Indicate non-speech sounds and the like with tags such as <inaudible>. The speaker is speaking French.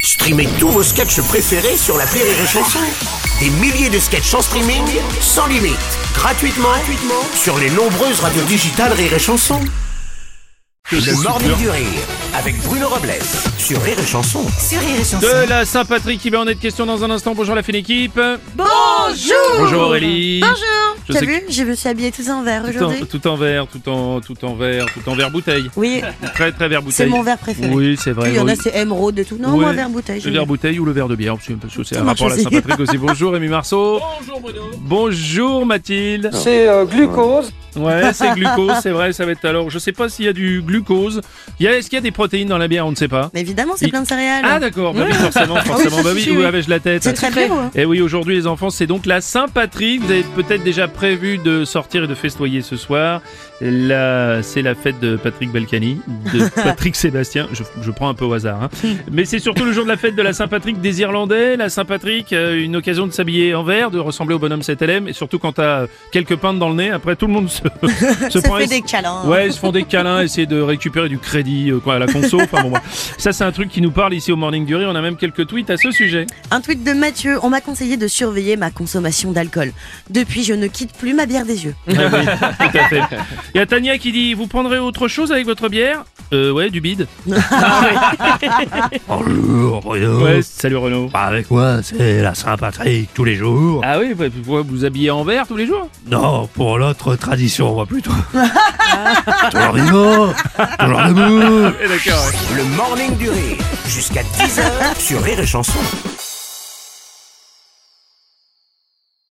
Streamez tous vos sketchs préférés sur la Rire et Chanson. Des milliers de sketchs en streaming, sans limite, gratuitement, gratuitement sur les nombreuses radios digitales Rire et Chanson. Le Morning du Rire, avec Bruno Robles, sur Rire et Chanson. Sur Rire et Chanson. De la Saint-Patrick, il va en être question dans un instant. Bonjour la fine équipe. Bonjour Bonjour Aurélie. Bonjour Je T'as sais vu, je me suis habillée tout en vert Tout en, aujourd'hui. tout en verre, tout en, tout en verre, tout en verre bouteille. Oui, Très très verre c'est bouteille. mon verre préféré. Oui, c'est vrai. Il y en oui. a, c'est émeraude et tout. Non, Oui. moi, verre bouteille. Le j'aime verre bien. bouteille ou le verre de bière, parce que- parce que c'est Ça un marche rapport à la aussi. Saint-Patrick <laughs> aussi. Bonjour Rémi Marceau. Bonjour Bruno. Bonjour Mathilde. C'est euh, glucose. Ouais, c'est glucose, c'est vrai, ça va être alors. Je sais pas s'il y a du glucose. Il y a- Est-ce qu'il y a des protéines dans la bière On ne sait pas. Mais évidemment, c'est Il- plein de céréales. Ah d'accord, bah oui, forcément, forcément. Bah oui, où avais-je la tête c'est très bon. hein. Et Eh oui, aujourd'hui les enfants, c'est donc la Saint-Patrick. Vous avez peut-être déjà prévu de sortir et de festoyer ce soir. Là, c'est la fête de Patrick Balkany, <laughs> de Patrick Sébastien. Je, je prends un peu au hasard. hein. Mais c'est surtout le jour de la fête de la Saint-Patrick des Irlandais. La Saint-Patrick, euh, une occasion de s'habiller en vert, de ressembler au bonhomme 7LM. Et surtout quand t'as quelques pintes dans le nez, après tout le monde <laughs> se, se Ça prend fait et- des câlins. Ouais, ils se font des câlins, essayer de récupérer du crédit euh, quoi, à la conso. Enfin bon, bref. ça c'est un truc qui nous parle ici au Morning du Rire. On a même quelques tweets à ce sujet. Un tweet de Mathieu. On m'a conseillé de surveiller ma consommation d'alcool. Depuis, je ne quitte plus ma bière des yeux. Ah oui, tout à fait. Il y a Tania qui dit Vous prendrez autre chose avec votre bière Euh, ouais, du bide. Oh, Bonjour, Bruno. Ouais, salut Renaud. Bah, Avec moi, c'est la Saint-Patrick tous les jours. Ah oui, bah, vous vous habillez en vert tous les jours Non, pour l'autre tradition, <laughs> moi plutôt. toujours vivant, toujours debout. Eh, D'accord. ouais. Le Morning du Rire, jusqu'à 10h sur Rire et Chanson.